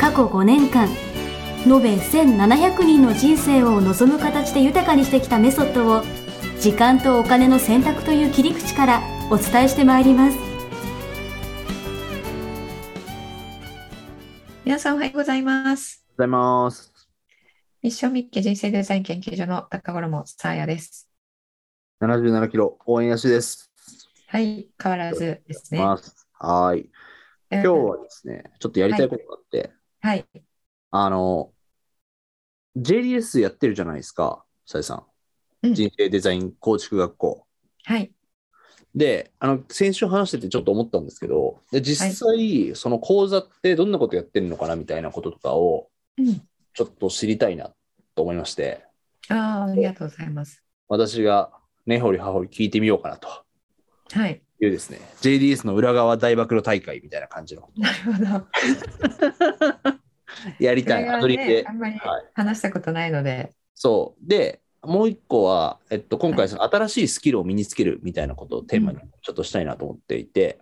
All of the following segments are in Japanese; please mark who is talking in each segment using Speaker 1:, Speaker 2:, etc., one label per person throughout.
Speaker 1: 過去5年間延べ1700人の人生を望む形で豊かにしてきたメソッドを時間とお金の選択という切り口からお伝えしてまいります
Speaker 2: 皆さんおはようございます。
Speaker 3: ございます。
Speaker 2: ミッションミッケ人生デザイン研究所の高頃もさあやです。
Speaker 3: 77キロ応援やしです。
Speaker 2: はい、変わらずですね。
Speaker 3: ます。はーい。
Speaker 2: 今
Speaker 3: 今日はですね、ちょっとやりたいことがあって、
Speaker 2: はい、
Speaker 3: あの、JDS やってるじゃないですか、さえさん。
Speaker 2: うん
Speaker 3: 人生デザイン構築学校。
Speaker 2: はい、
Speaker 3: で、あの、先週話しててちょっと思ったんですけど、で実際、その講座ってどんなことやってるのかなみたいなこととかを、
Speaker 2: うん。
Speaker 3: ちょっと知りたいなと思いまして、
Speaker 2: ああ、ありがとうございます。
Speaker 3: 私が根掘り葉掘り聞いてみようかなと
Speaker 2: はい、
Speaker 3: いうですね、JDS の裏側大暴露大会みたいな感じの
Speaker 2: なるほど。こ
Speaker 3: やりた
Speaker 2: れ
Speaker 3: い、
Speaker 2: が
Speaker 3: アドリブで
Speaker 2: ね、あ。んまり
Speaker 3: はい
Speaker 2: 話したことないので、
Speaker 3: そう。で、もう一個は、えっと、今回、その新しいスキルを身につけるみたいなことをテーマにちょっとしたいなと思っていて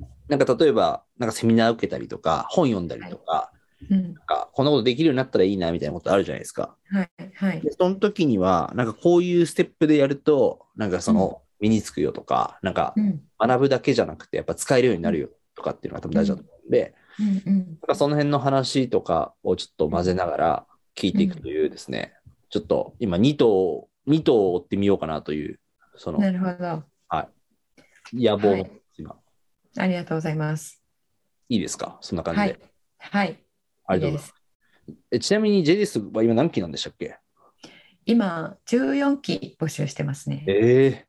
Speaker 2: うん、
Speaker 3: なんか例えば、なんかセミナー受けたりとか、本読んだりとか、
Speaker 2: うん、
Speaker 3: なんかこんなことできるようになったらいいなみたいなことあるじゃないですか。
Speaker 2: はい、はい
Speaker 3: で、、その時には、なんかこういうステップでやると、なんかその身につくよとか、なんか
Speaker 2: うん、うん、
Speaker 3: 学ぶだけじゃなくて、やっぱ使えるようになるよとかっていうのが多分大事だと思うんで、
Speaker 2: うん、
Speaker 3: なんかその辺の話とかをちょっと混ぜながら聞いていくというですね、ちょっと今2頭、2頭を追ってみようかなという、その
Speaker 2: なるほど。
Speaker 3: 野望の、
Speaker 2: はい
Speaker 3: 今、
Speaker 2: ありがとうございます。
Speaker 3: いいですかそんな感じ
Speaker 2: は
Speaker 3: で。
Speaker 2: い、はい、
Speaker 3: ありがとうございます。えちなみに JDS は今何期なんでしたっけ
Speaker 2: 今、14期募集してますね。
Speaker 3: ええ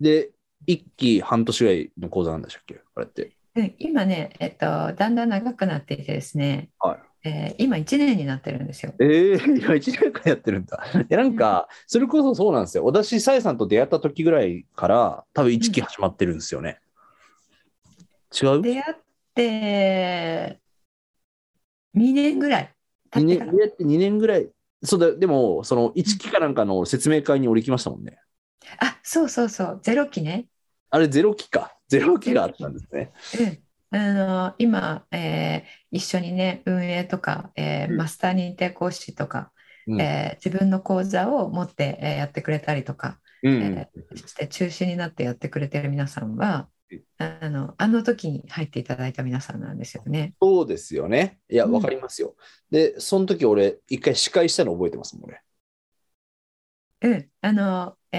Speaker 3: で、1期半年ぐらいの講座なんでしたっけあれって。
Speaker 2: うん今ね、えっと、だんだん長くなっていてですね、
Speaker 3: は
Speaker 2: えー今1年になってるんですよ。
Speaker 3: ええ今1年間やってるん だ。いや、なんか、それこそそうなんですよ。私、さえさんと出会った時ぐらいから、多分1期始まってるんですよね。違う
Speaker 2: 出会って2年ぐらい経
Speaker 3: 2
Speaker 2: って
Speaker 3: 年
Speaker 2: から
Speaker 3: 出会って2年ぐらい。そうだ、でも、その1期かなんかの説明会に俺行きましたもんね。
Speaker 2: あそうそうそうゼロ期ね、
Speaker 3: あれ、ゼロ期か。ゼロ期があったんですね。
Speaker 2: うん、あの今、えー一緒にね運営とか、えー
Speaker 3: うん
Speaker 2: マスター認定講師とか、
Speaker 3: うん
Speaker 2: えー自分の講座を持って、えーやってくれたりとか
Speaker 3: うんん。
Speaker 2: して中止になってやってくれてる皆さんはあのあの時に入っていただいた皆さんなんですよね。
Speaker 3: そうですよね。いや、
Speaker 2: うん
Speaker 3: わかりますよ。で、その時俺、一回司会したの覚えてますもんね。
Speaker 2: うん、あの、え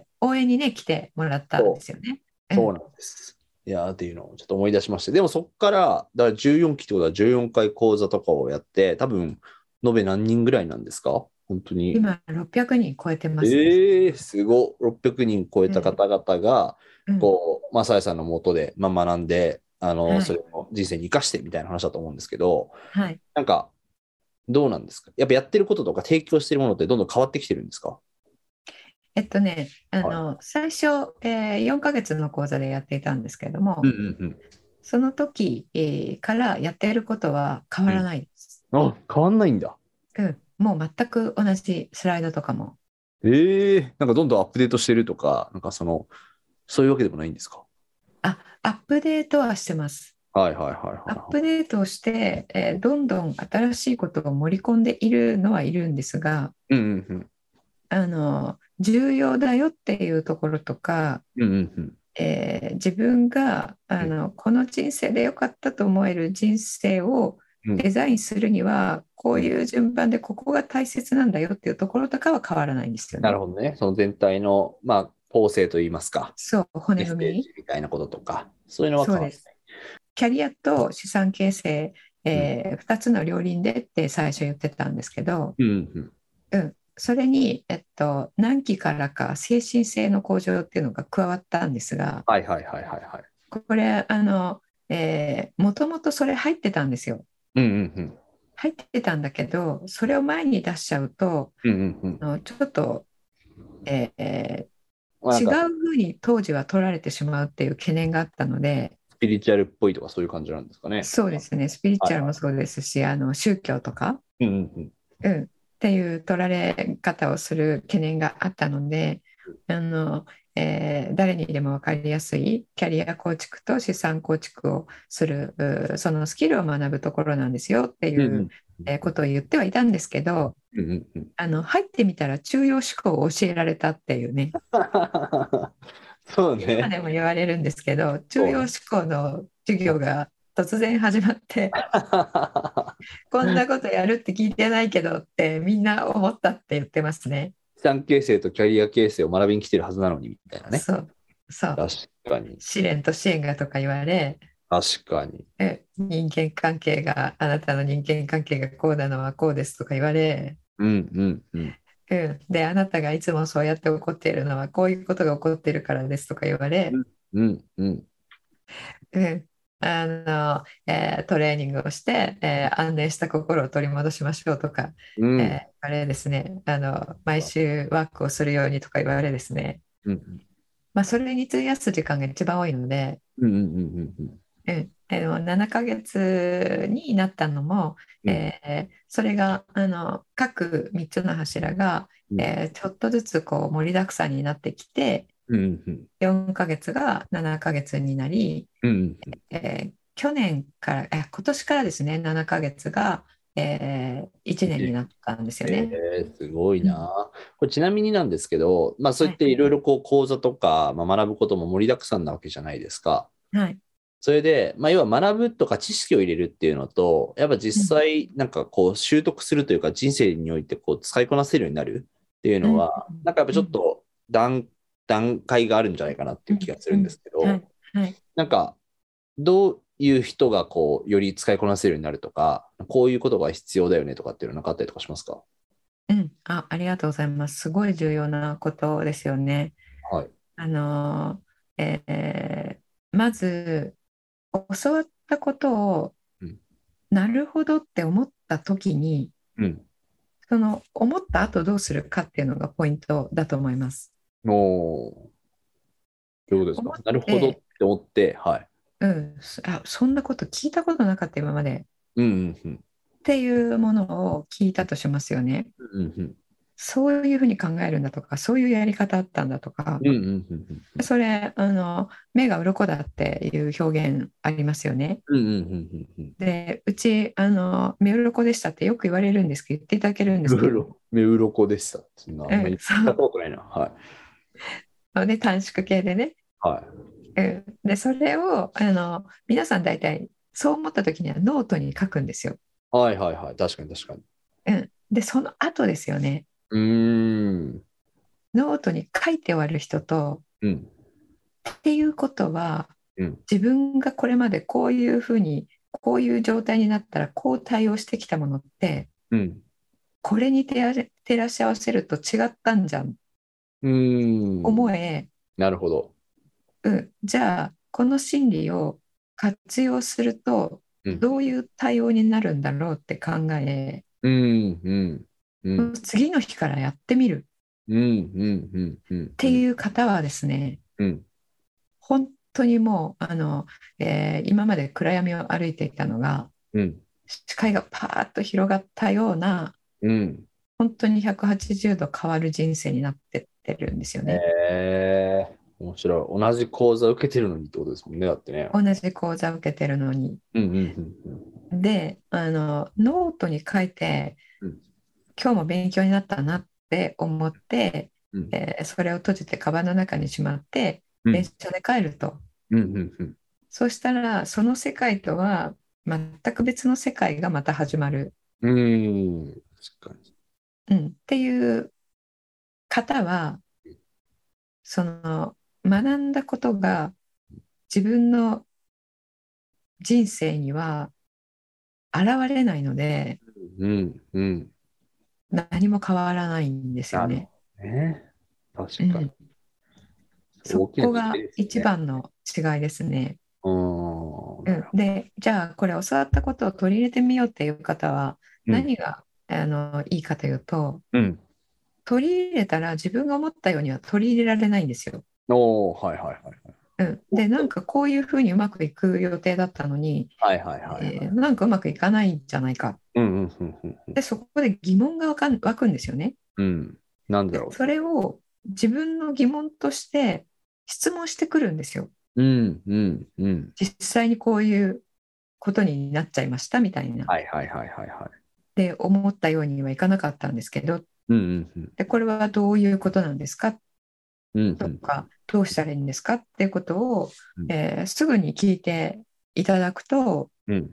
Speaker 2: ー応援にね来てもらったんですよね。うん
Speaker 3: そうなんです。いやーっていうのをちょっと思い出しまして。でもそっから、だから14期ってことは14回講座とかをやって、多分、延べ何人ぐらいなんですか本当に。
Speaker 2: 今600人超えてますね、
Speaker 3: ええー、すごい。600人超えた方々が、
Speaker 2: うん
Speaker 3: こう、まあ、さやさんのもとで、まあ、学んで、あの、
Speaker 2: はい
Speaker 3: それを人生に生かしてみたいな話だと思うんですけど、
Speaker 2: はい、
Speaker 3: なんか、どうなんですかやっぱやってることとか提供してるものってどんどん変わってきてるんですか
Speaker 2: えっとね、あの、最初、えー、4ヶ月の講座でやっていたんですけれども、
Speaker 3: ん
Speaker 2: その時、えーからやっていることは変わらないです。
Speaker 3: うん。あ、変わんないんだ。
Speaker 2: うんもう全く同じスライドとかも。
Speaker 3: ええなんかどんどんアップデートしてるとか、なんかその、そういうわけでもないんですか
Speaker 2: あ、アップデートはしてます。
Speaker 3: はいはいはいはい
Speaker 2: ア
Speaker 3: はい。
Speaker 2: ップデートをして、えーどんどん新しいことを盛り込んでいるのはいるんですが、
Speaker 3: うんうんうん。
Speaker 2: あの、重要だよっていうところとか、
Speaker 3: うんうんうん。
Speaker 2: えー自分があのこの人生で良かったと思える人生を
Speaker 3: うん
Speaker 2: デザインするには、こういう順番でここが大切なんだよっていうところとかは変わらないんですよね。
Speaker 3: なるほどね。その全体の、まあ、構成といいますか、
Speaker 2: そう
Speaker 3: メ
Speaker 2: 骨
Speaker 3: ッセ
Speaker 2: 組
Speaker 3: ー
Speaker 2: み
Speaker 3: ジみたいなこととか、そういうのは変
Speaker 2: そう
Speaker 3: わ
Speaker 2: ですキャリアと資産形成、え2つの両輪でって最初言ってたんですけど
Speaker 3: うんうん。
Speaker 2: それに、えっと、何期からか精神性の向上っていうのが加わったんですが
Speaker 3: はいはいはいはいはい。
Speaker 2: これあの、えーもともとそれ入ってたんですよ。
Speaker 3: うんうん
Speaker 2: 入ってたんだけどそれを前に出しちゃうと
Speaker 3: うん。うんうん
Speaker 2: あのちょっと、えー
Speaker 3: うん。
Speaker 2: 違う
Speaker 3: なんか
Speaker 2: ふうに当時は取られてしまうっていう懸念があったので
Speaker 3: スピリチュアルっぽいとかそういう感じなんですかね。
Speaker 2: そうですねスピリチュアルもそうですしあの宗教とか、
Speaker 3: うんうん
Speaker 2: う
Speaker 3: うん。
Speaker 2: ん、っていう取られ方をする懸念があったのであの、えー誰にでも分かりやすいキャリア構築と資産構築をするうーそのスキルを学ぶところなんですよってい
Speaker 3: うんう
Speaker 2: う、
Speaker 3: ん
Speaker 2: えーことを言ってはいたんですけど
Speaker 3: うんうん うん。
Speaker 2: あの入ってみたら中庸思考を教えられたっていうね
Speaker 3: そう
Speaker 2: 今
Speaker 3: ね。
Speaker 2: でも言われるんですけど中庸思考の授業が突然始ま ってこんなことやるって聞いてないけどってみんな思ったって言ってますね。
Speaker 3: 資産形成とキャリア形成を学びに来てるはずなのにみたいなね。
Speaker 2: そうそう
Speaker 3: 確かに。
Speaker 2: 試練と支援がとか言われ
Speaker 3: 確かに。
Speaker 2: え人間関係があなたの人間関係がこうなのはこうですとか言われ、
Speaker 3: うんうんうん。
Speaker 2: うん、であなたがいつもそうやって怒っているのはこういうことが起こっているからですとか言われ、
Speaker 3: うんうん。
Speaker 2: うんあのえートレーニングをして、えー安定した心を取り戻しましょうとか、
Speaker 3: うん
Speaker 2: えーあれですねあの毎週ワークをするようにとか言われですね、
Speaker 3: うん
Speaker 2: まあ、それに費やす時間が一番多いので。
Speaker 3: うんうんうんうん。
Speaker 2: うん、でも7ヶ月になったのも、
Speaker 3: うん
Speaker 2: えーそれがあの各3つの柱が、
Speaker 3: うん
Speaker 2: えーちょっとずつこう盛りだくさんになってきて
Speaker 3: うんうん
Speaker 2: 4ヶ月が7ヶ月になり、
Speaker 3: うん
Speaker 2: えー去年からえ今年からですね7ヶ月が、え1年になったんですよね。
Speaker 3: えーすごいな。これちなみになんですけど、まあ、そういっていろいろこう講座とか、まあ、学ぶことも盛りだくさんなわけじゃないですか。
Speaker 2: はい、
Speaker 3: それで、まあ、要は学ぶとか知識を入れるっていうのと、やっぱ実際、なんかこう、習得するというか、人生においてこう使いこなせるようになるっていうのは、
Speaker 2: うん
Speaker 3: なんかやっぱちょっと段段階があるんじゃないかなっていう気がするんですけど、
Speaker 2: うんはいはい
Speaker 3: なんか、どういう人がこう、より使いこなせるようになるとか、こういうことが必要だよねとかっていうのなかったりとかしますか
Speaker 2: うん、あ、ありがとうございます。すごい重要なことですよね。
Speaker 3: はい
Speaker 2: あのー、えーまず教わったことを
Speaker 3: うん
Speaker 2: なるほどって思った時に、
Speaker 3: うん。
Speaker 2: その思った後どうするかっていうのがポイントだと思います。
Speaker 3: おーどういうことです
Speaker 2: 思っ
Speaker 3: か
Speaker 2: て
Speaker 3: なるほどって思って、はい。
Speaker 2: うん、そあ、そんなこと聞いたことなかった今まで
Speaker 3: うんうんうん。
Speaker 2: っていうものを聞いたとしますよね。
Speaker 3: うんうん
Speaker 2: そういうふうに考えるんだとか、そういうやり方あったんだとか。
Speaker 3: うんうんうんうん。
Speaker 2: それあの目が鱗だっていう表現ありますよね。
Speaker 3: うんうんうんうん
Speaker 2: でうちあの目鱗でしたってよく言われるんですけど言っていただけるん
Speaker 3: う
Speaker 2: で
Speaker 3: ん。
Speaker 2: す
Speaker 3: 目
Speaker 2: け
Speaker 3: う
Speaker 2: ど、
Speaker 3: ろ目うろこでした。そんな、あんまり
Speaker 2: そう
Speaker 3: 聞いたことないな。はい。
Speaker 2: で短縮系でね。
Speaker 3: はい。
Speaker 2: うんでそれをあの皆さん大体そう思った時にはノートに書くんですよ。
Speaker 3: はいはいはい。確かに確かに。
Speaker 2: でその後ですよね。
Speaker 3: うーん。
Speaker 2: ノートに書いて終わる人と
Speaker 3: うん。
Speaker 2: っていうことは、
Speaker 3: うん
Speaker 2: 自分がこれまでこういうふうにこういう状態になったらこう対応してきたものって
Speaker 3: うん。
Speaker 2: これに照らし照らし合わせると違ったんじゃん
Speaker 3: うーん。
Speaker 2: 思え、
Speaker 3: なるほど。
Speaker 2: うん、じゃあこの心理を活用すると
Speaker 3: うん
Speaker 2: どういう対応になるんだろうって考え、
Speaker 3: うんうん。うん。
Speaker 2: 次の日からやってみるっ
Speaker 3: うんうんうんうん。って。
Speaker 2: いうう方はですね、
Speaker 3: うん。
Speaker 2: 本当にもうあの、えー今まで暗闇を歩いていたのが
Speaker 3: うん。
Speaker 2: 視界がパーッと広がったような
Speaker 3: うん。
Speaker 2: 本当に180度変わる人生になってってるんですよね。
Speaker 3: ええ。面白い。同じ講座受けてるのにってことですもんね。だってね。
Speaker 2: 同じ講座を受けてるのに
Speaker 3: うんうんうん
Speaker 2: であのノートに書いて、
Speaker 3: うん
Speaker 2: 今日も勉強になったなって思って、
Speaker 3: うん
Speaker 2: えーそれを閉じてカバンの中にしまって
Speaker 3: うん
Speaker 2: 電車で帰ると、
Speaker 3: うん。うんうんうん。
Speaker 2: そうしたらその世界とは全く別の世界がまた始まる、
Speaker 3: うーん。確かに。
Speaker 2: うん、っていう方はその学んだことが自分の人生には現れないので。
Speaker 3: うんうん。
Speaker 2: 何も変わらないんですよね。
Speaker 3: ね。確か
Speaker 2: う
Speaker 3: に
Speaker 2: ん。そこが一。番の違いですね。
Speaker 3: うん。
Speaker 2: うん、でじゃあこれ教わったことを取り入れてみようっていう方は
Speaker 3: うん
Speaker 2: 何が、あのいいかというと
Speaker 3: うん。
Speaker 2: 取り入れたら自分が思ったようには取り入れられないんですよ。
Speaker 3: おーはいはいはい。
Speaker 2: うん、でなんかこういうふうにうまくいく予定だったのに、
Speaker 3: はいはいはいはい。
Speaker 2: えーなんかうまくいかないんじゃないか
Speaker 3: うんうんうんうんうん
Speaker 2: でそこで疑問がわかん湧くんですよね。
Speaker 3: うん。なんだろ
Speaker 2: それを自分の疑問として質問してくるんですよ。
Speaker 3: う。うんうんうん。
Speaker 2: 実際にこういうことになっちゃいましたみたいな。
Speaker 3: はいはいはいはいはい。
Speaker 2: で思ったようにはいかなかったんですけど
Speaker 3: うんうんうん
Speaker 2: でこれはどういうことなんですか
Speaker 3: うんう
Speaker 2: と
Speaker 3: ん。
Speaker 2: か、どうしたらいいんですかっていうことを、
Speaker 3: うん
Speaker 2: えーすぐに聞いていただくと
Speaker 3: うん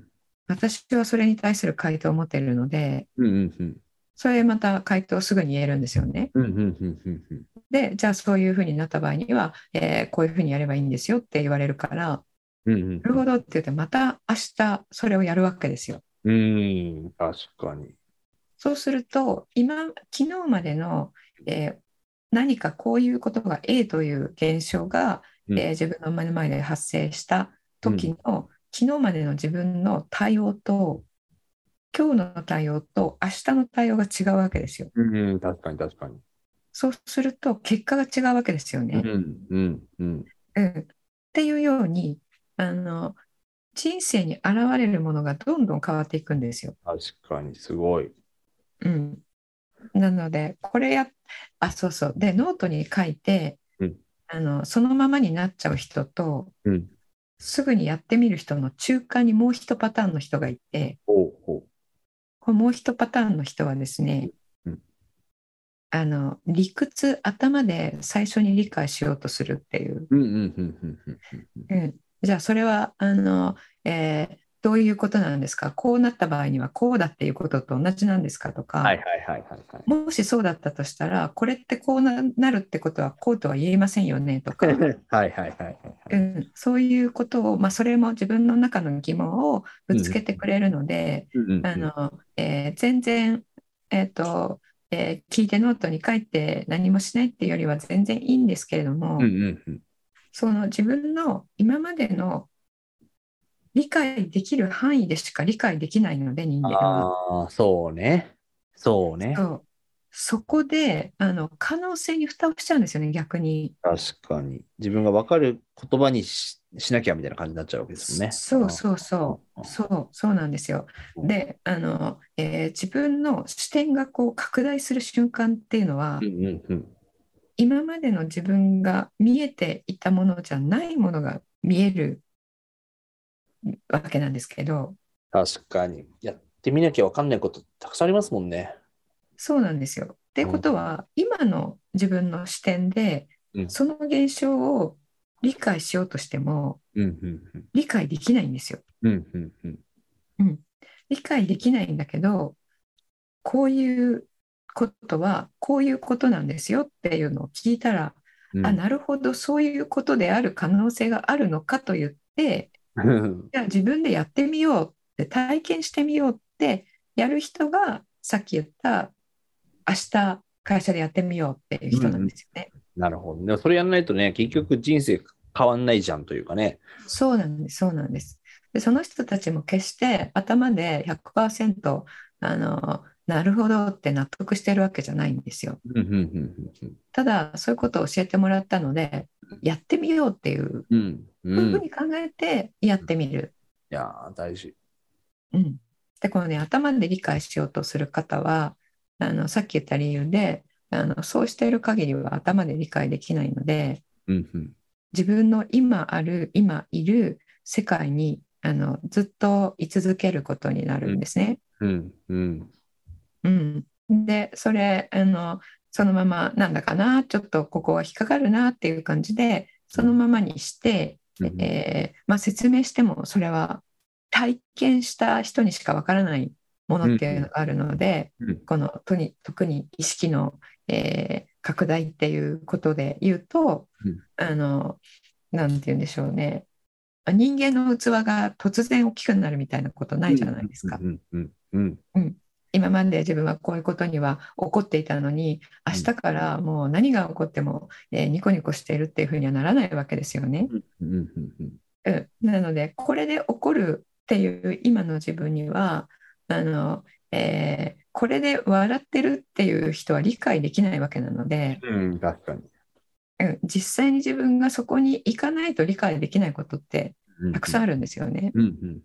Speaker 2: 私はそれに対する回答を持っているので
Speaker 3: うんうんうん
Speaker 2: それまた回答をすぐに言えるんですよね。
Speaker 3: うんうんうんうんうん
Speaker 2: でじゃあそういうふうになった場合には、えーこういうふうにやればいいんですよって言われるから
Speaker 3: うん
Speaker 2: なるほどって言ってまた明日それをやるわけですよ。
Speaker 3: うん。うん。確かに。
Speaker 2: そうすると今昨日までの、えー何かこういうことが A という現象が、
Speaker 3: うん
Speaker 2: えー自分の目の前で発生した時の、昨日までの自分の対応と今日の対応と明日の対応が違うわけですよ。
Speaker 3: うん。確かに確かに。
Speaker 2: そうすると結果が違うわけですよね。
Speaker 3: うんうんうん。
Speaker 2: うん、っていうようにあの人生に現れるものがどんどん変わっていくんですよ。
Speaker 3: 確かにすごい。
Speaker 2: うん、なのでこれやあそうそうでノートに書いて、
Speaker 3: うん
Speaker 2: あのそのままになっちゃう人と、
Speaker 3: うん
Speaker 2: すぐにやってみる人の中間にもう一パターンの人がいて
Speaker 3: ほうほ
Speaker 2: このもう一パターンの人はですね、
Speaker 3: うん
Speaker 2: あの理屈頭で最初に理解しようとするっていう
Speaker 3: う。うんうんうんうんうんうん
Speaker 2: うん、じゃあそれはあの、えーどういうことなんですかこうなった場合にはこうだっていうことと同じなんですかとか、
Speaker 3: はいはいはいはいはい。
Speaker 2: もしそうだったとしたらこれってこうななるってことはこうとは言えませんよねと か、
Speaker 3: はいはいはいはい。
Speaker 2: うん、そういうことを、まあ、それも自分の中の疑問をぶつけてくれるので、
Speaker 3: うんうんうん
Speaker 2: あのえー全然、えーとえー聞いてノートに書いて何もしないっていうよりは全然いいんですけれども。
Speaker 3: うんうんうん
Speaker 2: その自分の今までの理解できる範囲でしか理解できないので人間は。
Speaker 3: ああ、そうね。そうね。
Speaker 2: そうそこであの可能性に蓋をしちゃうんですよね逆に。
Speaker 3: 確かに。自分が分かる言葉にししなきゃみたいな感じになっちゃうわけですもんね。
Speaker 2: そうそうそう
Speaker 3: あ
Speaker 2: そうそうなんですよ。であの、えー自分の視点がこう拡大する瞬間っていうのは、
Speaker 3: うんうんうん。
Speaker 2: 今までの自分が見えていたものじゃないものが見えるわけなんですけど
Speaker 3: 確かに。やってみなきゃ分かんないことたくさんありますもんね。
Speaker 2: そうなんですよ。ってことは、今の自分の視点で、
Speaker 3: うん
Speaker 2: その現象を理解しようとしても
Speaker 3: うんうんうん。
Speaker 2: 理解できないんですよ。
Speaker 3: うんうんうん。
Speaker 2: 理解できないんだけどこういうことはこういうことなんですよっていうのを聞いたら、
Speaker 3: うん
Speaker 2: あなるほどそういうことである可能性があるのかと言ってじゃあ自分でやってみようって体験してみようってやる人がさっき言った明日会社でやってみようっていう人なんですよね。
Speaker 3: なるほど。でもそれやんないとね、結局人生変わんないじゃんというかね。
Speaker 2: そうなんですそうなんですでその人たちも決して頭で100%あのなるほどって納得してるわけじゃないんですよ。
Speaker 3: うんうんうん
Speaker 2: ただそういうことを教えてもらったのでやってみようっていう
Speaker 3: うんうん。うん
Speaker 2: ふ
Speaker 3: うん。
Speaker 2: う
Speaker 3: い
Speaker 2: に考えてやってみる。
Speaker 3: やー、大事。
Speaker 2: うん、でこのね頭で理解しようとする方はあのさっき言った理由であのそうしている限りは頭で理解できないので
Speaker 3: うんうん。
Speaker 2: 自分の今ある今いる世界にあのずっと居続けることになるんですね。
Speaker 3: うんうん。
Speaker 2: うん、でそれあのそのままなんだかなちょっとここは引っかかるなっていう感じでそのままにして、
Speaker 3: うん
Speaker 2: えーまあ、説明してもそれは体験した人にしかわからないものっていうのがあるので、
Speaker 3: うん
Speaker 2: このとに特に意識の、えー拡大っていうことで言うと、
Speaker 3: うん
Speaker 2: あのなんて言うんでしょうね人間の器が突然大きくなるみたいなことないじゃないですか
Speaker 3: う。んうんうん
Speaker 2: 今まで自分はこういうことには怒っていたのに
Speaker 3: うん
Speaker 2: 明日からもう何が起こっても、えーニコニコしているっていうふうにはならないわけですよね。
Speaker 3: うんうんうんうん
Speaker 2: うんなのでこれで起こるっていう今の自分にはあの、えーこれで笑ってるっていう人は理解できないわけなので、
Speaker 3: うん、確かに。
Speaker 2: うん実際に自分がそこに行かないと理解できないことってたくさん
Speaker 3: ん。
Speaker 2: あるんですよね。
Speaker 3: うんうん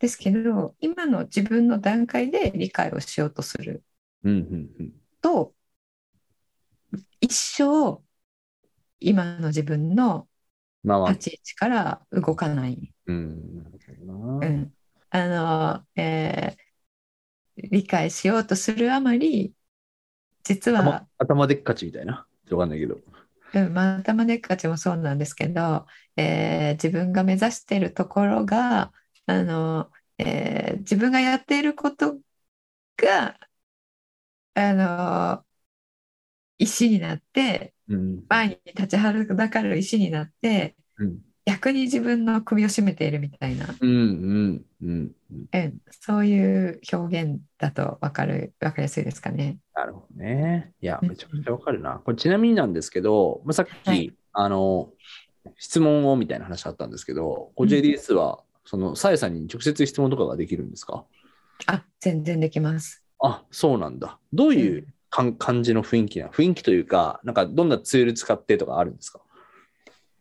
Speaker 2: ですけど今の自分の段階で理解をしようとする
Speaker 3: うんうんうん
Speaker 2: と一生今の自分の
Speaker 3: まあまあ、
Speaker 2: 立ち位置から動かない、
Speaker 3: うん。なるほど
Speaker 2: う
Speaker 3: な。
Speaker 2: んあのえー理解しようとするあまり実は
Speaker 3: 頭頭でっかちみたいな。わかんないけど。
Speaker 2: うん、まあ頭でっかちもそうなんですけど、えー自分が目指しているところがあの、えー自分がやっていることがあの石になって
Speaker 3: うん。
Speaker 2: 前に立ちはだかる石になって
Speaker 3: うん
Speaker 2: 逆に自分の首を絞めているみたいな、
Speaker 3: うんうんうん。
Speaker 2: うん、そういう表現だと分かる分かりやすいですかね。
Speaker 3: なるほどね。いや、
Speaker 2: うん
Speaker 3: めちゃくちゃわかるな。これちなみになんですけど、まあ、さっき、
Speaker 2: はい
Speaker 3: あの、質問をみたいな話あったんですけど、こ
Speaker 2: うん
Speaker 3: う JDS は、その、さえさんに直接質問とかができるんですか
Speaker 2: あ全然できます。
Speaker 3: あ、そうなんだ。どういううかん感じの雰囲気な雰囲気というか、なんかどんなツール使ってとかあるんですか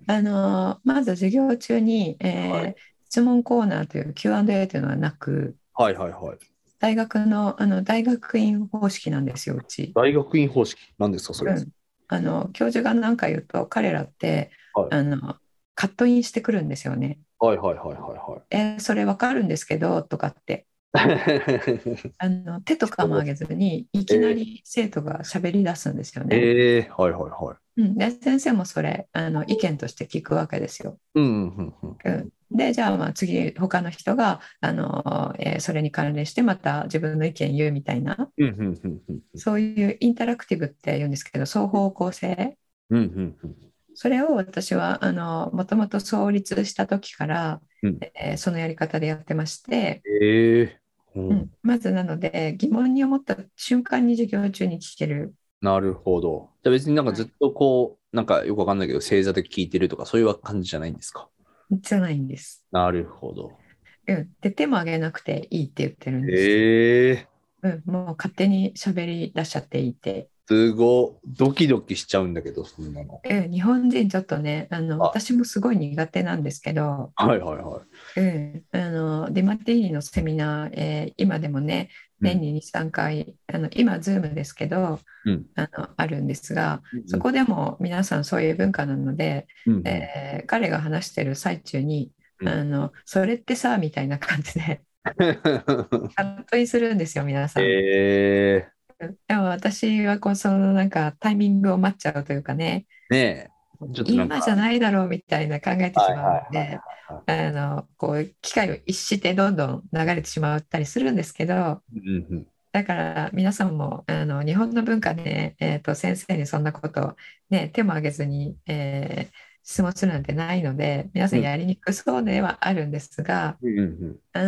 Speaker 2: あのまず授業中に、えー
Speaker 3: はい
Speaker 2: 質問コーナーという Q&A というのはなく
Speaker 3: はいはいはい。
Speaker 2: 大学のあの大学院方式なんですようち。
Speaker 3: 大学院方式なんですかそれ。
Speaker 2: うんあの教授が何か言うと彼らって、
Speaker 3: はい
Speaker 2: あのカットインしてくるんですよね。
Speaker 3: はいはいはいは
Speaker 2: えーそれわかるんですけどとかって
Speaker 3: いはい。
Speaker 2: あの手とかも上げずにいきなり生徒が喋り出すんですよね。
Speaker 3: ええはいはいはい。
Speaker 2: うん、で先生もそれあの意見として聞くわけですよ。
Speaker 3: うんうんうん
Speaker 2: う
Speaker 3: うん
Speaker 2: ん、でじゃあまあ次他の人があの、えーそれに関連してまた自分の意見言うみたいな
Speaker 3: うんうんうんうん
Speaker 2: そういうインタラクティブって言うんですけど双方向性
Speaker 3: うんうんうん
Speaker 2: それを私はあのもともと創立した時から、
Speaker 3: うん
Speaker 2: えーそのやり方でやってまして、
Speaker 3: ええうん
Speaker 2: うんまずなので疑問に思った瞬間に授業中に聞ける
Speaker 3: なるほど。じゃあ別になんかずっとこう、なんかよくわかんないけど、正座で聞いてるとか、そういう感じじゃないんですか。
Speaker 2: じゃないんです。
Speaker 3: なるほど。
Speaker 2: うん、で手も挙げなくていいって言ってるんです。
Speaker 3: ええ
Speaker 2: うん、もう勝手に喋り出しちゃっていいって
Speaker 3: すごい。ドキドキしちゃうんだけど、そんなの。
Speaker 2: うん、日本人ちょっとねあの
Speaker 3: あ
Speaker 2: 私もすごい苦手なんですけど、
Speaker 3: はいはいはい。
Speaker 2: うん、あのディマティーニのセミナー、えー今でもね年に23回あの今 Zoom ですけど、
Speaker 3: うん
Speaker 2: あのあるんですが
Speaker 3: うん
Speaker 2: そこでも皆さんそういう文化なので、
Speaker 3: うん
Speaker 2: えー彼が話してる最中に「
Speaker 3: うん
Speaker 2: あのそれってさ」みたいな感じ でカットインするんですよ皆さん。
Speaker 3: え
Speaker 2: でも私はこうそのなんかタイミングを待っちゃうというかね
Speaker 3: ー、ねえ。ちょっとなんか
Speaker 2: 今じゃないだろうみたいな考えてしまうのであのこう機会を逸してどんどん流れてしまったりするんですけど
Speaker 3: うんうん
Speaker 2: だから皆さんもあの日本の文化で、えー、と先生にそんなこと、ね、手も挙げずに、えー質問するなんてないので皆さんやりにくそうではあるんですが、
Speaker 3: うんうん
Speaker 2: あ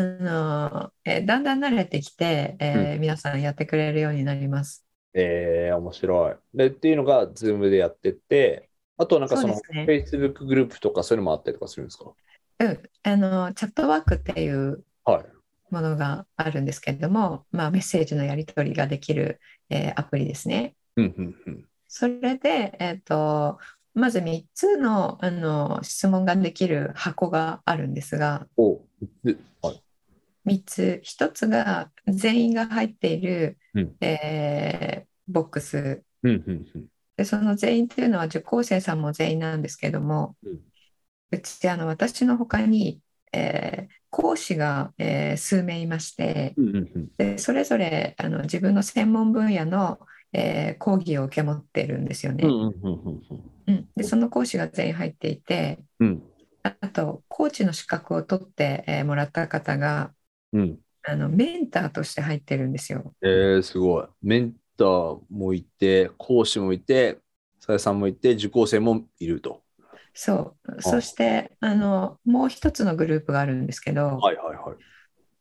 Speaker 2: のえーだんだん慣れてきて、えー皆さんやってくれるようになります。
Speaker 3: えー、面白い。で、っていうのが、ズームでやってて、あとはなんかその、
Speaker 2: そうですね
Speaker 3: Facebook グループとかそういうのもあったりとかするんですか
Speaker 2: うん、あのチャットワークっていう
Speaker 3: はい。
Speaker 2: ものがあるんですけれども、まあ、メッセージのやり取りができる、えーアプリですね。
Speaker 3: うんうんうん。
Speaker 2: それで、えー、とまず3つのあの質問ができる箱があるんですが
Speaker 3: おではい。
Speaker 2: 3つ1つが全員が入っている、
Speaker 3: うん
Speaker 2: えーボックス
Speaker 3: うんうんうん。
Speaker 2: でその全員というのは受講生さんも全員なんですけども、
Speaker 3: う
Speaker 2: うんちあの私の他に、えー講師が、えー数名いまして。
Speaker 3: うんうんうん。
Speaker 2: でそれぞれあの自分の専門分野の、えー講義を受け持ってるんですよね。
Speaker 3: うんうんうんうん
Speaker 2: うんでその講師が全員入っていて
Speaker 3: うん。
Speaker 2: ああとコーチの資格を取って、えーもらった方が
Speaker 3: うんうん。
Speaker 2: あのメンターとして入ってるんですよ。
Speaker 3: えー、すごい。メンターもいて、講師もいて、さやさんもいて、受講生もいると。
Speaker 2: そうそしてあのもう一つのグループがあるんですけど、
Speaker 3: はいはいはい。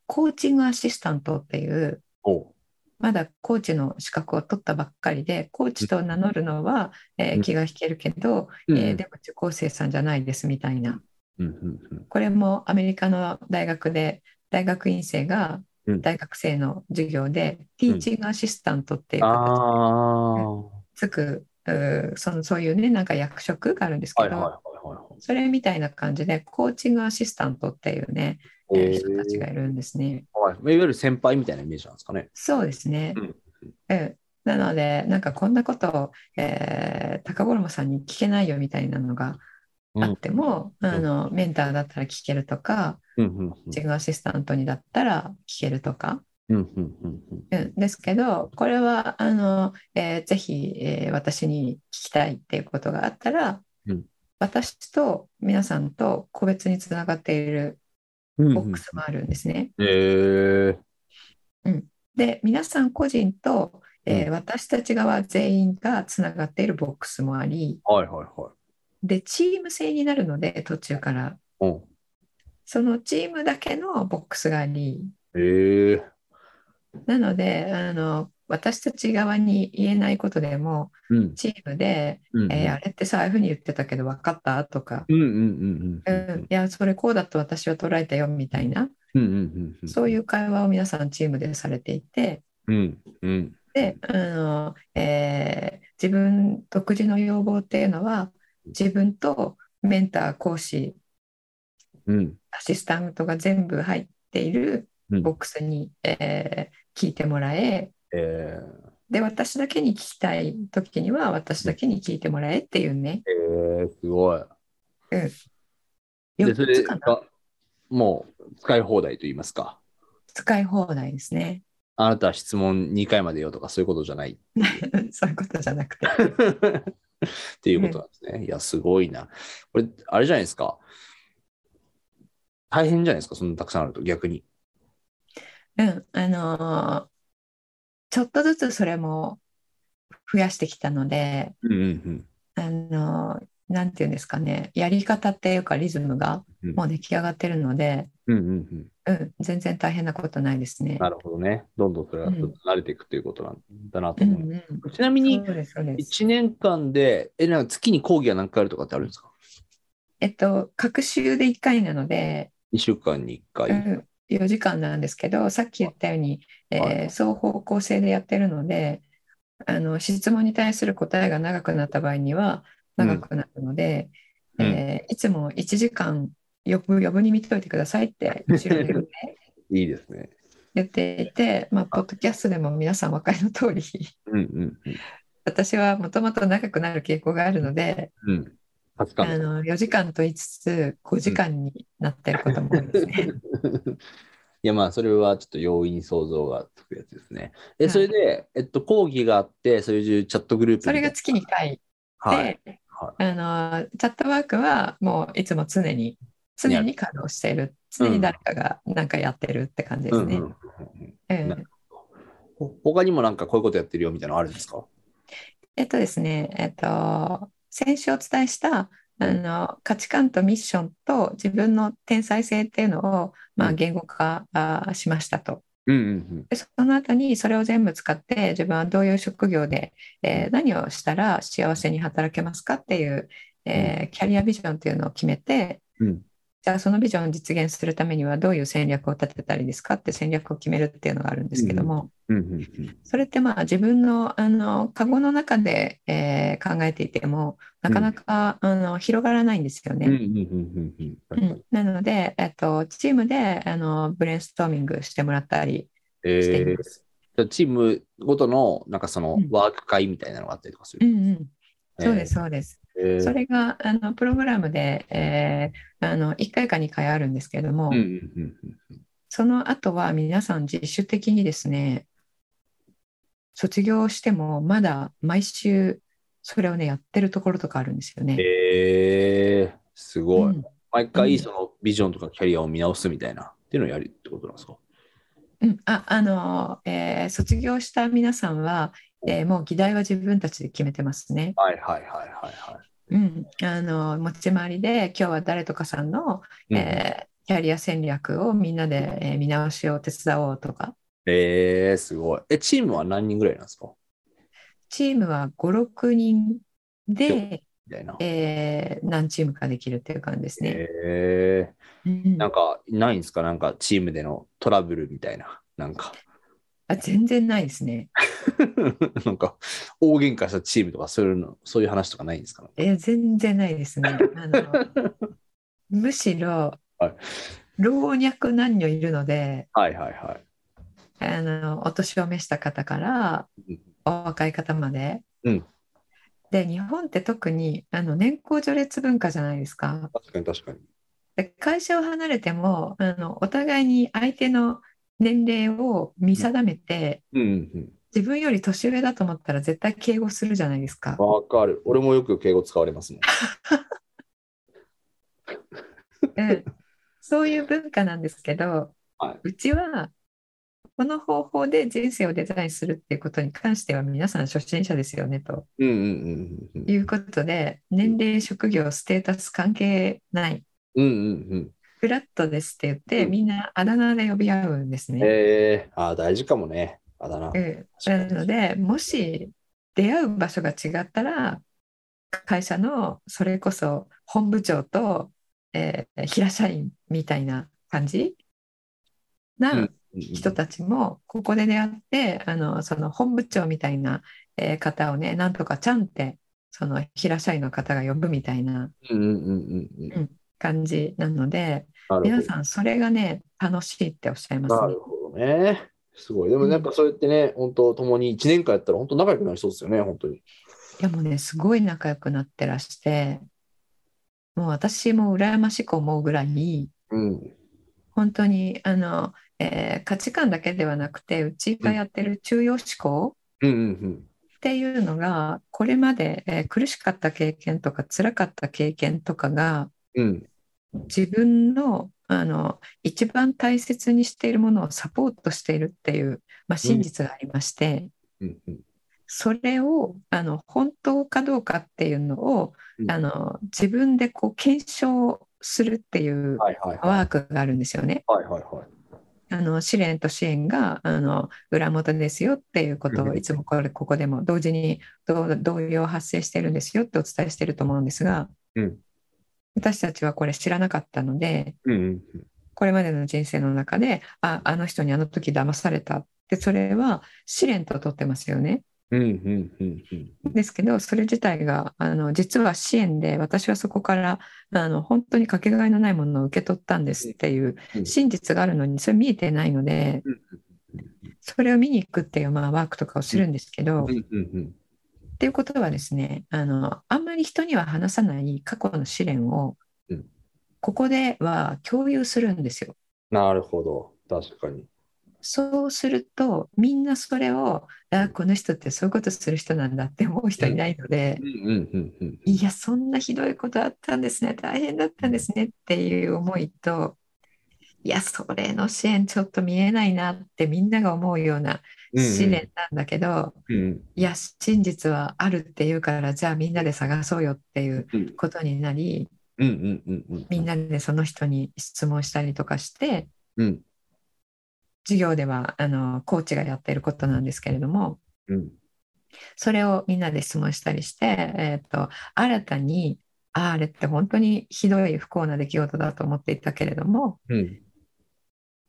Speaker 2: コーチングアシスタントっていう
Speaker 3: お
Speaker 2: まだコーチの資格を取ったばっかりでコーチと名乗るのは、えー気が引けるけど、
Speaker 3: うん
Speaker 2: えーでも受講生さんじゃないですみたいな。
Speaker 3: うんうん
Speaker 2: これもアメリカの大学で大学院生が
Speaker 3: うん
Speaker 2: 大学生の授業で、ティーチングアシスタントっていう
Speaker 3: うん。あ
Speaker 2: 形で
Speaker 3: あ。
Speaker 2: つくうーそのそういうねなんか役職があるんです
Speaker 3: は
Speaker 2: け
Speaker 3: いはいはい
Speaker 2: ど、
Speaker 3: は
Speaker 2: それみたいな感じでコーチングアシスタントっていうね、
Speaker 3: い。
Speaker 2: え
Speaker 3: え
Speaker 2: ー人たち
Speaker 3: ー
Speaker 2: がいるんですね。
Speaker 3: はいいわゆる先輩みたいなイメージなんですかね。
Speaker 2: そうですね
Speaker 3: うん。
Speaker 2: うんなのでなんかこんなことを、えー高五郎さんに聞けないよみたいなのが
Speaker 3: うん
Speaker 2: あっても、あのメンターだったら聞けるとか、
Speaker 3: うんうん
Speaker 2: コーチングアシスタントにだったら聞けるとか、
Speaker 3: うんうんうんうん
Speaker 2: うん、ですけどこれはあの、えーぜひ、えー私に聞きたいっていうことがあったら、
Speaker 3: うん
Speaker 2: 私と皆さんと個別につながっている
Speaker 3: うん
Speaker 2: ボックスもあるんですね。
Speaker 3: えー
Speaker 2: で皆さん個人と、えー
Speaker 3: う
Speaker 2: 私たち側全員がつながっているボックスもあり
Speaker 3: はいはいはい。
Speaker 2: でチーム制になるので途中から
Speaker 3: うん
Speaker 2: そのチームだけのボックスがあり
Speaker 3: えー
Speaker 2: なのであの私たち側に言えないことでも
Speaker 3: うん
Speaker 2: チームで
Speaker 3: うん
Speaker 2: えーあれってさああいうふうに言ってたけど分かったとか、
Speaker 3: うんうん
Speaker 2: う
Speaker 3: うん
Speaker 2: ん、いやそれこうだと私は捉えたよみたいな
Speaker 3: うんうんうんうん
Speaker 2: そういう会話を皆さんチームでされていて
Speaker 3: うんうん
Speaker 2: であの、えー自分独自の要望っていうのは自分とメンター講師
Speaker 3: うん
Speaker 2: アシスタントが全部入っている
Speaker 3: うん
Speaker 2: ボックスに、えー聞いてもらえ
Speaker 3: え
Speaker 2: で私だけに聞きたい時には私だけに聞いてもらえっていうね
Speaker 3: ーえーすごい。でそ
Speaker 2: 4
Speaker 3: れ
Speaker 2: つかな
Speaker 3: がもう使い放題と言いますか。
Speaker 2: 使い放題ですね
Speaker 3: あなたは質問2回までよとかそういうことじゃない
Speaker 2: そういうことじゃなくて。
Speaker 3: っていうことなんですね。いや、すごいな。これ、あれじゃないですか。大変じゃないですか、そんなたくさんあると逆に。
Speaker 2: うん、あのーちょっとずつそれも増やしてきたので、
Speaker 3: うんうん
Speaker 2: あのーなんていうんですかね、やり方っていうかリズムが
Speaker 3: うん
Speaker 2: もう出来上がってるので、
Speaker 3: うん。うんうんう
Speaker 2: う
Speaker 3: ん。
Speaker 2: ん、全然大変なことないですね。
Speaker 3: なるほどね。どんどんそれがちょっと慣れていくということなんだなと
Speaker 2: うん
Speaker 3: 思う。
Speaker 2: うん、
Speaker 3: ちなみに、
Speaker 2: そうですそうです。
Speaker 3: 1年間で、え、なんか月に講義が何回あるとかってあるんですか
Speaker 2: えっと、隔週で1回なので、
Speaker 3: ?2 週間に1回。
Speaker 2: うん、4時間なんですけど、さっき言ったように、えー
Speaker 3: はい
Speaker 2: 双方向性でやってるので、あの質問に対する答えが長くなった場合には長くなるので、
Speaker 3: うん
Speaker 2: えーいつも1時間余分余分に見といてくださいって後ろで 言って
Speaker 3: いいですね。
Speaker 2: 言っていて、まあ、ポッドキャストでも皆さんお分かりの通り
Speaker 3: うんうん
Speaker 2: 私はもともと長くなる傾向があるので
Speaker 3: うん。うん。価値
Speaker 2: あ
Speaker 3: 観です
Speaker 2: の4時間と言いつつ5時間になってることも多いです ね。
Speaker 3: いやまあそれはちょっと容易に想像がつくやつですね。え、
Speaker 2: はい
Speaker 3: それで、えっと、講義があって、そういうチャットグループ
Speaker 2: それが月に1回
Speaker 3: はい。
Speaker 2: で、
Speaker 3: は
Speaker 2: あのチャットワークはもういつも常に常に稼働している常に誰かが何かやってるって感じで
Speaker 3: う
Speaker 2: す
Speaker 3: んう
Speaker 2: ね。
Speaker 3: ん
Speaker 2: うん
Speaker 3: なるほ他にもなんかこういうことやってるよみたいなのあるんですか
Speaker 2: えっとですねえっと先週お伝えしたあの価値観とミッションと自分の天才性っていうのを、ま
Speaker 3: う
Speaker 2: あ、
Speaker 3: ん
Speaker 2: 言語化あしましたと。
Speaker 3: うんうん
Speaker 2: でその後にそれを全部使って自分はどういう職業で、えー何をしたら幸せに働けますかっていう、えーキャリアビジョンっていうのを決めて、
Speaker 3: うん
Speaker 2: じゃあそのビジョンを実現するためにはどういう戦略を立てたりですかって戦略を決めるっていうのがあるんですけども、
Speaker 3: うん。うんうんうん
Speaker 2: それってまあ自分のあのカゴの中で、えー考えていてもなかなか、あの広がらないんですよね。
Speaker 3: うんうんうんうんうん確かに。
Speaker 2: なので、えっと、チームであのブレインストーミングしてもらったり
Speaker 3: え
Speaker 2: してい
Speaker 3: ー
Speaker 2: ま、す。
Speaker 3: じゃあチームごとのなんかその
Speaker 2: うん
Speaker 3: ワーク会みたいなのがあったりとかす
Speaker 2: う
Speaker 3: る。
Speaker 2: んうん、そうですそうです。
Speaker 3: えー。
Speaker 2: それがあのプログラムで、えーあの1回か2回あるんですけれども、
Speaker 3: うんうんうんうん。
Speaker 2: その後は皆さん自主的にですね卒業してもまだ毎週それをねやってるところとかあるんですよね。
Speaker 3: えー、すご
Speaker 2: う
Speaker 3: い。
Speaker 2: ん
Speaker 3: 毎
Speaker 2: う
Speaker 3: 回
Speaker 2: ん
Speaker 3: そのビジョンとかキャリアを見直すみたいなっていうのをやるってことなんですか
Speaker 2: うんああのー、えー卒業した皆さんは、えーもう議題は自分たちで決めてますね。
Speaker 3: はいはいはいはいは
Speaker 2: うん、あのー持ち回りで今日は誰とかさんの、
Speaker 3: い。うん
Speaker 2: えーキャリア戦略をみんなで、えー見直しを手伝おうとか
Speaker 3: えー、すごい。え、チームは何人ぐらいなんですか
Speaker 2: チームは5、6人で、
Speaker 3: みたいな。
Speaker 2: えー何チームかできるっていう感じですね。
Speaker 3: え
Speaker 2: うん
Speaker 3: ー、なんか、ないんですかなんか、チームでのトラブルみたいな。なんか、
Speaker 2: あ全然ないですね。
Speaker 3: なんか、大喧嘩したチームとか、そういうの、そういう話とかないんですかね
Speaker 2: えー全然ないです ね。あのむしろ、
Speaker 3: はい
Speaker 2: 老若男女いるので
Speaker 3: はいはいは
Speaker 2: あのお年を召した方から
Speaker 3: うん
Speaker 2: お若い方まで。
Speaker 3: うん
Speaker 2: で日本って特にあの年功序列文化じゃないですか。
Speaker 3: い。確かに確かに。
Speaker 2: で会社を離れてもあのお互いに相手の年齢を見定めて、
Speaker 3: うんうん
Speaker 2: 自分より年上だと思ったら絶対敬語するじゃないですか
Speaker 3: うん。。わかる。俺もよく敬語使われますもん。
Speaker 2: うんそういう文化なんですけど、
Speaker 3: は
Speaker 2: うちはこの方法で人生をデザインするっていうことに関しては皆さん初心者ですよねと
Speaker 3: うんうんうんうんうん。
Speaker 2: いうことで年齢職業ステータス関係ない
Speaker 3: うんうん
Speaker 2: フラットですって言って
Speaker 3: うん
Speaker 2: みんなあだ名で呼び合うんです
Speaker 3: うん。
Speaker 2: ね。
Speaker 3: えー、あー大事かもね。あだ名。
Speaker 2: うんなのでもし出会う場所が違ったら会社のそれこそ本部長と、えー平社員みたいな感じな、
Speaker 3: うんうん
Speaker 2: 人たちもここで出会ってあのその本部長みたいな、えー方をねなんとかちゃんってその平社員の方が呼ぶみたいな
Speaker 3: うんうんうんうんうん。
Speaker 2: 感じなので
Speaker 3: なる
Speaker 2: 皆
Speaker 3: ほ
Speaker 2: さんそれがね楽しいっておっしゃいま
Speaker 3: ど。な
Speaker 2: すね
Speaker 3: る。ほどね。すごい。でもなんかそうやってね、本当共に1年間やったら本当仲良くなりそうですよね、本当に。
Speaker 2: いやもうねすごい仲良くなってらしてもう私も羨ましく思うぐらい
Speaker 3: うん。
Speaker 2: 本当にあの、えー価値観だけではなくてうちがやってる中庸思考、
Speaker 3: うんうん
Speaker 2: っていうのがこれまで、えー苦しかった経験とか辛かった経験とかが
Speaker 3: うん。うん。
Speaker 2: 自分のあの一番大切にしているものをサポートしているっていう、まあ、真実がありまして、
Speaker 3: うんうん。
Speaker 2: それをあの本当かどうかっていうのを、
Speaker 3: うん
Speaker 2: あの自分でこう検証するっていう
Speaker 3: はいはいはい。
Speaker 2: ワークがあるんですよね。
Speaker 3: はいはいはい。
Speaker 2: あの試練と支援があの裏元ですよっていうこと
Speaker 3: うんう
Speaker 2: を
Speaker 3: ん
Speaker 2: いつもこれここでも同時に同同様発生してるんですよってお伝えしてると思うんですが、
Speaker 3: うん
Speaker 2: 私たちはこれ知らなかったので
Speaker 3: うんうん
Speaker 2: これまでの人生の中でああの人にあの時騙されたってそれは試練と取ってますよね。
Speaker 3: うん。うんうんうんうん。
Speaker 2: ですけどそれ自体があの実は支援で私はそこからあの本当にかけがえのないものを受け取ったんですっていう
Speaker 3: うん
Speaker 2: 真実があるのにそれ見えてないので
Speaker 3: うん
Speaker 2: それを見に行くっていう、まあ、ワークとかをするんですけど、
Speaker 3: うんうんうん。
Speaker 2: っていうことはですねあのあんまり人には話さない過去の試練を
Speaker 3: うん
Speaker 2: ここでは共有するんですよ。
Speaker 3: なるほど。確かに。
Speaker 2: そうするとみんなそれをあこの人ってそういうことする人なんだって思う人いないので。
Speaker 3: うんうんうんうん。
Speaker 2: いや、そんなひどいことあったんですね、大変だったんですねっていう思いと、いや、それの支援ちょっと見えないなってみんなが思うような
Speaker 3: うんうん
Speaker 2: 試練なんだけど、
Speaker 3: うん
Speaker 2: いや、真実はあるっていうから、じゃあみんなで探そうよっていう
Speaker 3: うん
Speaker 2: ことになり、
Speaker 3: うんうんうんうん。
Speaker 2: みんなでその人に質問したりとかして、
Speaker 3: うん
Speaker 2: 授業ではあのコーチがやっていることなんですけれども、
Speaker 3: うん
Speaker 2: それをみんなで質問したりして、えー、と新たにああれって本当にひどい不幸な出来事だと思っていたけれども
Speaker 3: うん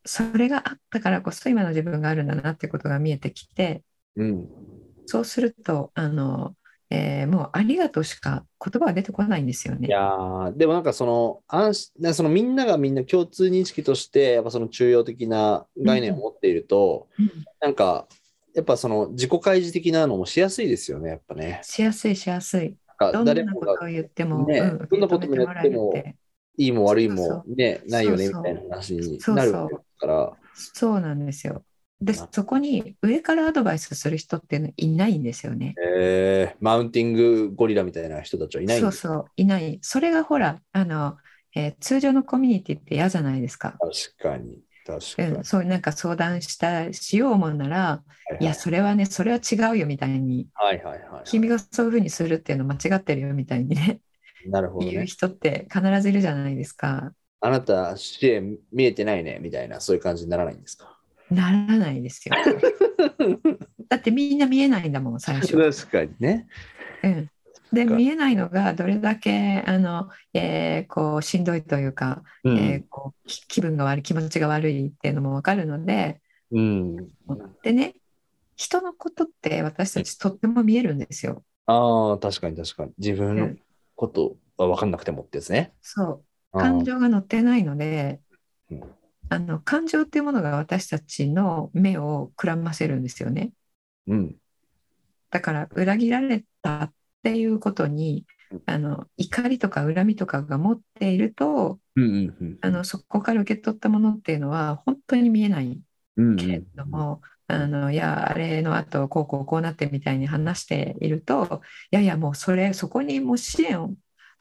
Speaker 2: それがあったからこそ今の自分があるんだなってことが見えてきて
Speaker 3: うん。
Speaker 2: そうするとあの、えーもうありがとうしか言葉は出てこないんですよ
Speaker 3: い
Speaker 2: ね。
Speaker 3: やーでもなんかその安心なそのみんながみんな共通認識としてやっぱその中庸的な概念を持っていると、
Speaker 2: うん
Speaker 3: なんかやっぱその自己開示的なのもしやすいですよねやっぱね。
Speaker 2: しやすいしやすい。
Speaker 3: な
Speaker 2: ど
Speaker 3: んか
Speaker 2: んな
Speaker 3: 誰も
Speaker 2: こ
Speaker 3: が
Speaker 2: とを言っても、
Speaker 3: ね
Speaker 2: うん
Speaker 3: どんなこと
Speaker 2: 受け止め
Speaker 3: もやって
Speaker 2: も
Speaker 3: も
Speaker 2: らえるって
Speaker 3: いいも悪い
Speaker 2: そう
Speaker 3: もねないよねみ
Speaker 2: そうそう
Speaker 3: たいな話になるわけですから。
Speaker 2: そうなんですよ。で
Speaker 3: な
Speaker 2: そこに上からアドバイスする人っていうのはいないんですよね。
Speaker 3: えーマウンティングゴリラみたいな人たちはいないん
Speaker 2: そ
Speaker 3: で
Speaker 2: う
Speaker 3: す
Speaker 2: そう、いない。それがほら、あの、えー通常のコミュニティって嫌じゃないですか。
Speaker 3: 確かに確か
Speaker 2: う
Speaker 3: に。
Speaker 2: ん、そうなんか相談したしようもんなら、いや、
Speaker 3: はい
Speaker 2: それはね、それは違うよみたいに、
Speaker 3: はいはいはいはい。
Speaker 2: 君がそういうふうにするっていうの間違ってるよみたいにね、
Speaker 3: なるほど
Speaker 2: 言う
Speaker 3: ね。
Speaker 2: 人って必ずいるじゃないですか。
Speaker 3: あなた支援見えてないねみたいなそういう感じにならないんですか
Speaker 2: ならない ですよ。だってみんな見えないんだもん、最初。
Speaker 3: 確かにね。
Speaker 2: うん、で
Speaker 3: が
Speaker 2: 見えないのがどれだけあの、えーこうしんどいというか、
Speaker 3: うん
Speaker 2: えーこうき気分が悪い気持ちが悪いっていうのも分かるので
Speaker 3: うん。
Speaker 2: でね人のことって私たちとっても見えるんですよ。
Speaker 3: ああ、確かに確かに。自分
Speaker 2: う
Speaker 3: の
Speaker 2: ん
Speaker 3: ことは分かんなくてもってですね。
Speaker 2: そう
Speaker 3: あー
Speaker 2: 感情が乗ってないので
Speaker 3: うん
Speaker 2: あの感情っていうものが私たちの目をくらませるんですよね。
Speaker 3: うん。
Speaker 2: だから裏切られたっていうことにあの怒りとか恨みとかが持っていると
Speaker 3: うんうんうん。
Speaker 2: あのそこから受け取ったものっていうのは本当に見えない
Speaker 3: うんうん
Speaker 2: けれども、あのいやあれのあとこうこうこうなってみたいに話しているといやいやもうそれそこにもう支援を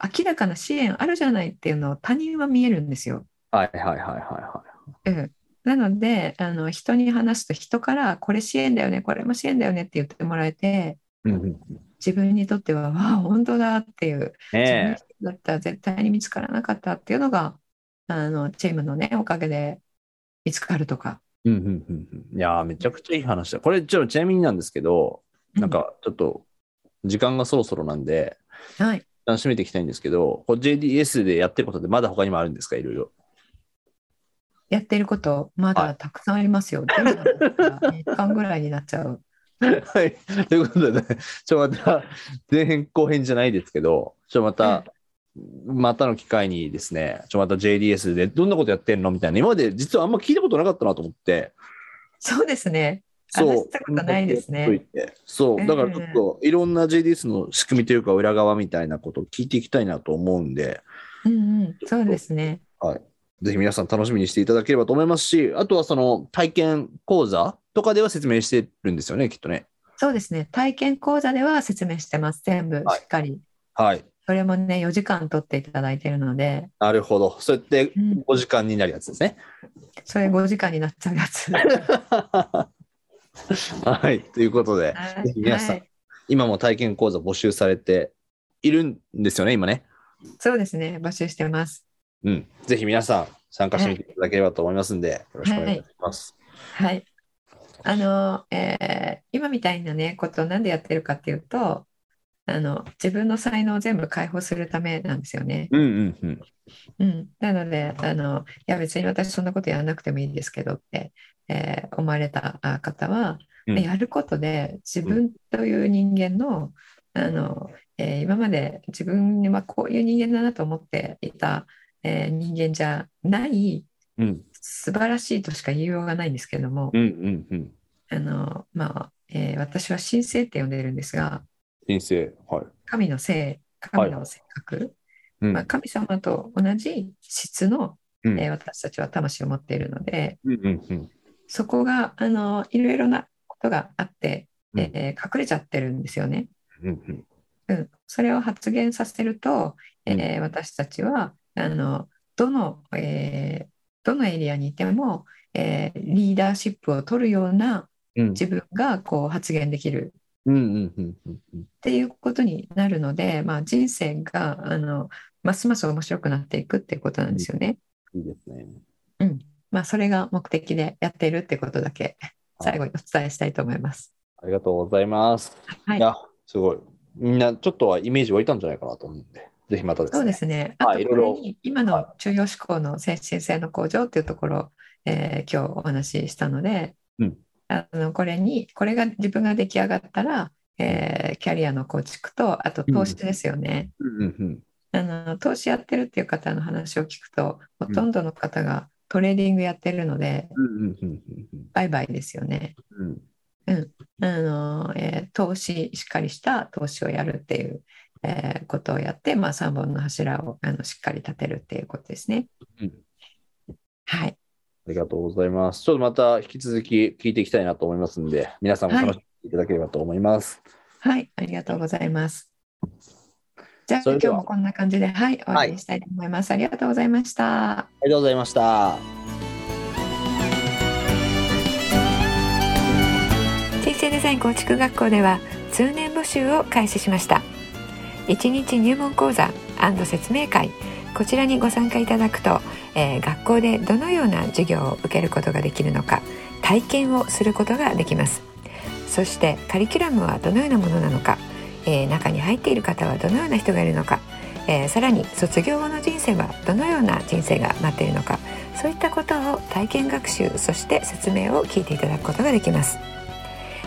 Speaker 2: 明らかな支援あるじゃないっていうのを他人は見えるんですよ。
Speaker 3: はいはいはいはいは
Speaker 2: うんなのであの人に話すと人からこれ支援だよねこれも支援だよねって言ってもらえて
Speaker 3: い。うんうん、
Speaker 2: 自分にとってはわあ本当だっていう自分
Speaker 3: ねえ。
Speaker 2: だったら絶対に見つからなかったっていうのがあのチームのねおかげで見つかるとか。
Speaker 3: うんうんうんうんいやーめちゃくちゃいい話だ。これちょっとちなみになんですけど、なんかちょっと時間がそろそろなんで、
Speaker 2: うん、はい、
Speaker 3: 楽しめていきたいんですけど、こう JDS でやってることでまだ他にもあるんですか、いろいろ。
Speaker 2: やってることまだたくさんあります よ。全部1巻ぐらいになっちゃう。
Speaker 3: はい。ということで、ね、ちょっとまた前編後編じゃないですけど、ちょっとまた、またの機会にですね、ちょっとまた JDS でどんなことやってんのみたいな、今まで実はあんま聞いたことなかったなと思って、
Speaker 2: そうですね。話したことないですね
Speaker 3: と言ってそう、だからちょっといろんな JDS の仕組みというか裏側みたいなことを聞いていきたいなと思うんで、
Speaker 2: うんうん、そうですね。
Speaker 3: ぜひ皆さん楽しみにしていただければと思いますし、あとはその体験講座とかでは説明してるんですよね、きっとね。
Speaker 2: そうですね。体験講座では説明してます。全部し
Speaker 3: はい
Speaker 2: っかり。
Speaker 3: はい。
Speaker 2: それもね、4時間取っていただいてるので、
Speaker 3: なるほど。そうやって
Speaker 2: うん
Speaker 3: 5時間になるやつですね。
Speaker 2: それ5時間になっちゃうや つ。は
Speaker 3: はい。ということで、ぜひ
Speaker 2: い
Speaker 3: 皆さん
Speaker 2: はい
Speaker 3: 今も体験講座募集されているんですよね、今ね。
Speaker 2: そうですね。募集してます。
Speaker 3: うん。ぜひ皆さん参加してみていただければと思いますんで、よろしくお願いします。
Speaker 2: はい。あの、えー今みたいなね、ことをなんでやってるかっていうと、あの、自分の才能を全部解放するためなんですよね。
Speaker 3: うんうんうん。
Speaker 2: うん。なので、あの、いや別に私そんなことやらなくてもいいんですけどって、えー思われたあ方は、
Speaker 3: うん
Speaker 2: やることで自分という人間の、あの、えー今まで自分はこういう人間だなと思っていた、えー人間じゃない
Speaker 3: うん
Speaker 2: 素晴らしいとしか言いようがないんですけども、
Speaker 3: うんうんうん。
Speaker 2: あのまあえー私は神聖って呼んでるんですが
Speaker 3: 人生。はい。
Speaker 2: 神の性神の性格、
Speaker 3: うん
Speaker 2: まあ、神様と同じ質の、
Speaker 3: うん
Speaker 2: えー私たちは魂を持っているので
Speaker 3: うんうんうん。
Speaker 2: そこがあのいろいろなことがあって、
Speaker 3: うん
Speaker 2: えー隠れちゃってるんですよね。
Speaker 3: うんうん
Speaker 2: うん、それを発言させると、えー私たちはあのどの、えーどのエリアにいても、えーリーダーシップを取るような
Speaker 3: うん
Speaker 2: 自分がこう発言できる
Speaker 3: うんうんうんうんうん。
Speaker 2: っていうことになるので、まあ、人生があのますます面白くなっていくっていうことなんですよね。
Speaker 3: いいですね。
Speaker 2: まあ、それが目的でやっているってことだけ最後にお伝えしたいと思います。
Speaker 3: ありがとうございます。
Speaker 2: はい
Speaker 3: や、すごい。みんなちょっとはイメージ湧いたんじゃないかなと思うんで、ぜひまたですね。
Speaker 2: そうですね。あ
Speaker 3: はい
Speaker 2: と
Speaker 3: い
Speaker 2: こ
Speaker 3: ろいろ
Speaker 2: れに今の中央志向の精神性の向上っていうところを、えー今日お話ししたので、
Speaker 3: うん
Speaker 2: あのこれにこれが自分が出来上がったら、えーキャリアの構築とあと投資ですよね。
Speaker 3: うんうん
Speaker 2: あの投資やってるっていう方の話を聞くとほとんどの方がトレーディングやってるので
Speaker 3: うんうんうんうん
Speaker 2: 売買ですよね
Speaker 3: うんうん
Speaker 2: あの、えー投資しっかりした投資をやるっていう、えーことをやって、まあ、3本の柱をあのしっかり立てるっていうことですね。
Speaker 3: うん
Speaker 2: はい、
Speaker 3: ありがとうございます。ちょっとまた引き続き聞いていきたいなと思いますんで、皆さんも楽しんでいただければと思います。
Speaker 2: はい、ありがとうございます。じゃあ
Speaker 3: そ
Speaker 2: 今
Speaker 3: れ
Speaker 2: 日
Speaker 3: では
Speaker 2: もこんな感じで、はい、終わりにしたいと思います。ありがとうございました。
Speaker 3: ありがとうございました。
Speaker 4: 人生デザイン構築学校では通年募集を開始しました1日入門講座説明会こちらにご参加いただくと、えー学校でどのような授業を受けることができるのか体験をすることができますそしてカリキュラムはどのようなものなのか
Speaker 2: えー中に入っている方はどのような人がいるのか、えーさらに卒業後の人生はどのような人生が待っているのかそういったことを体験学習そして説明を聞いていただくことができます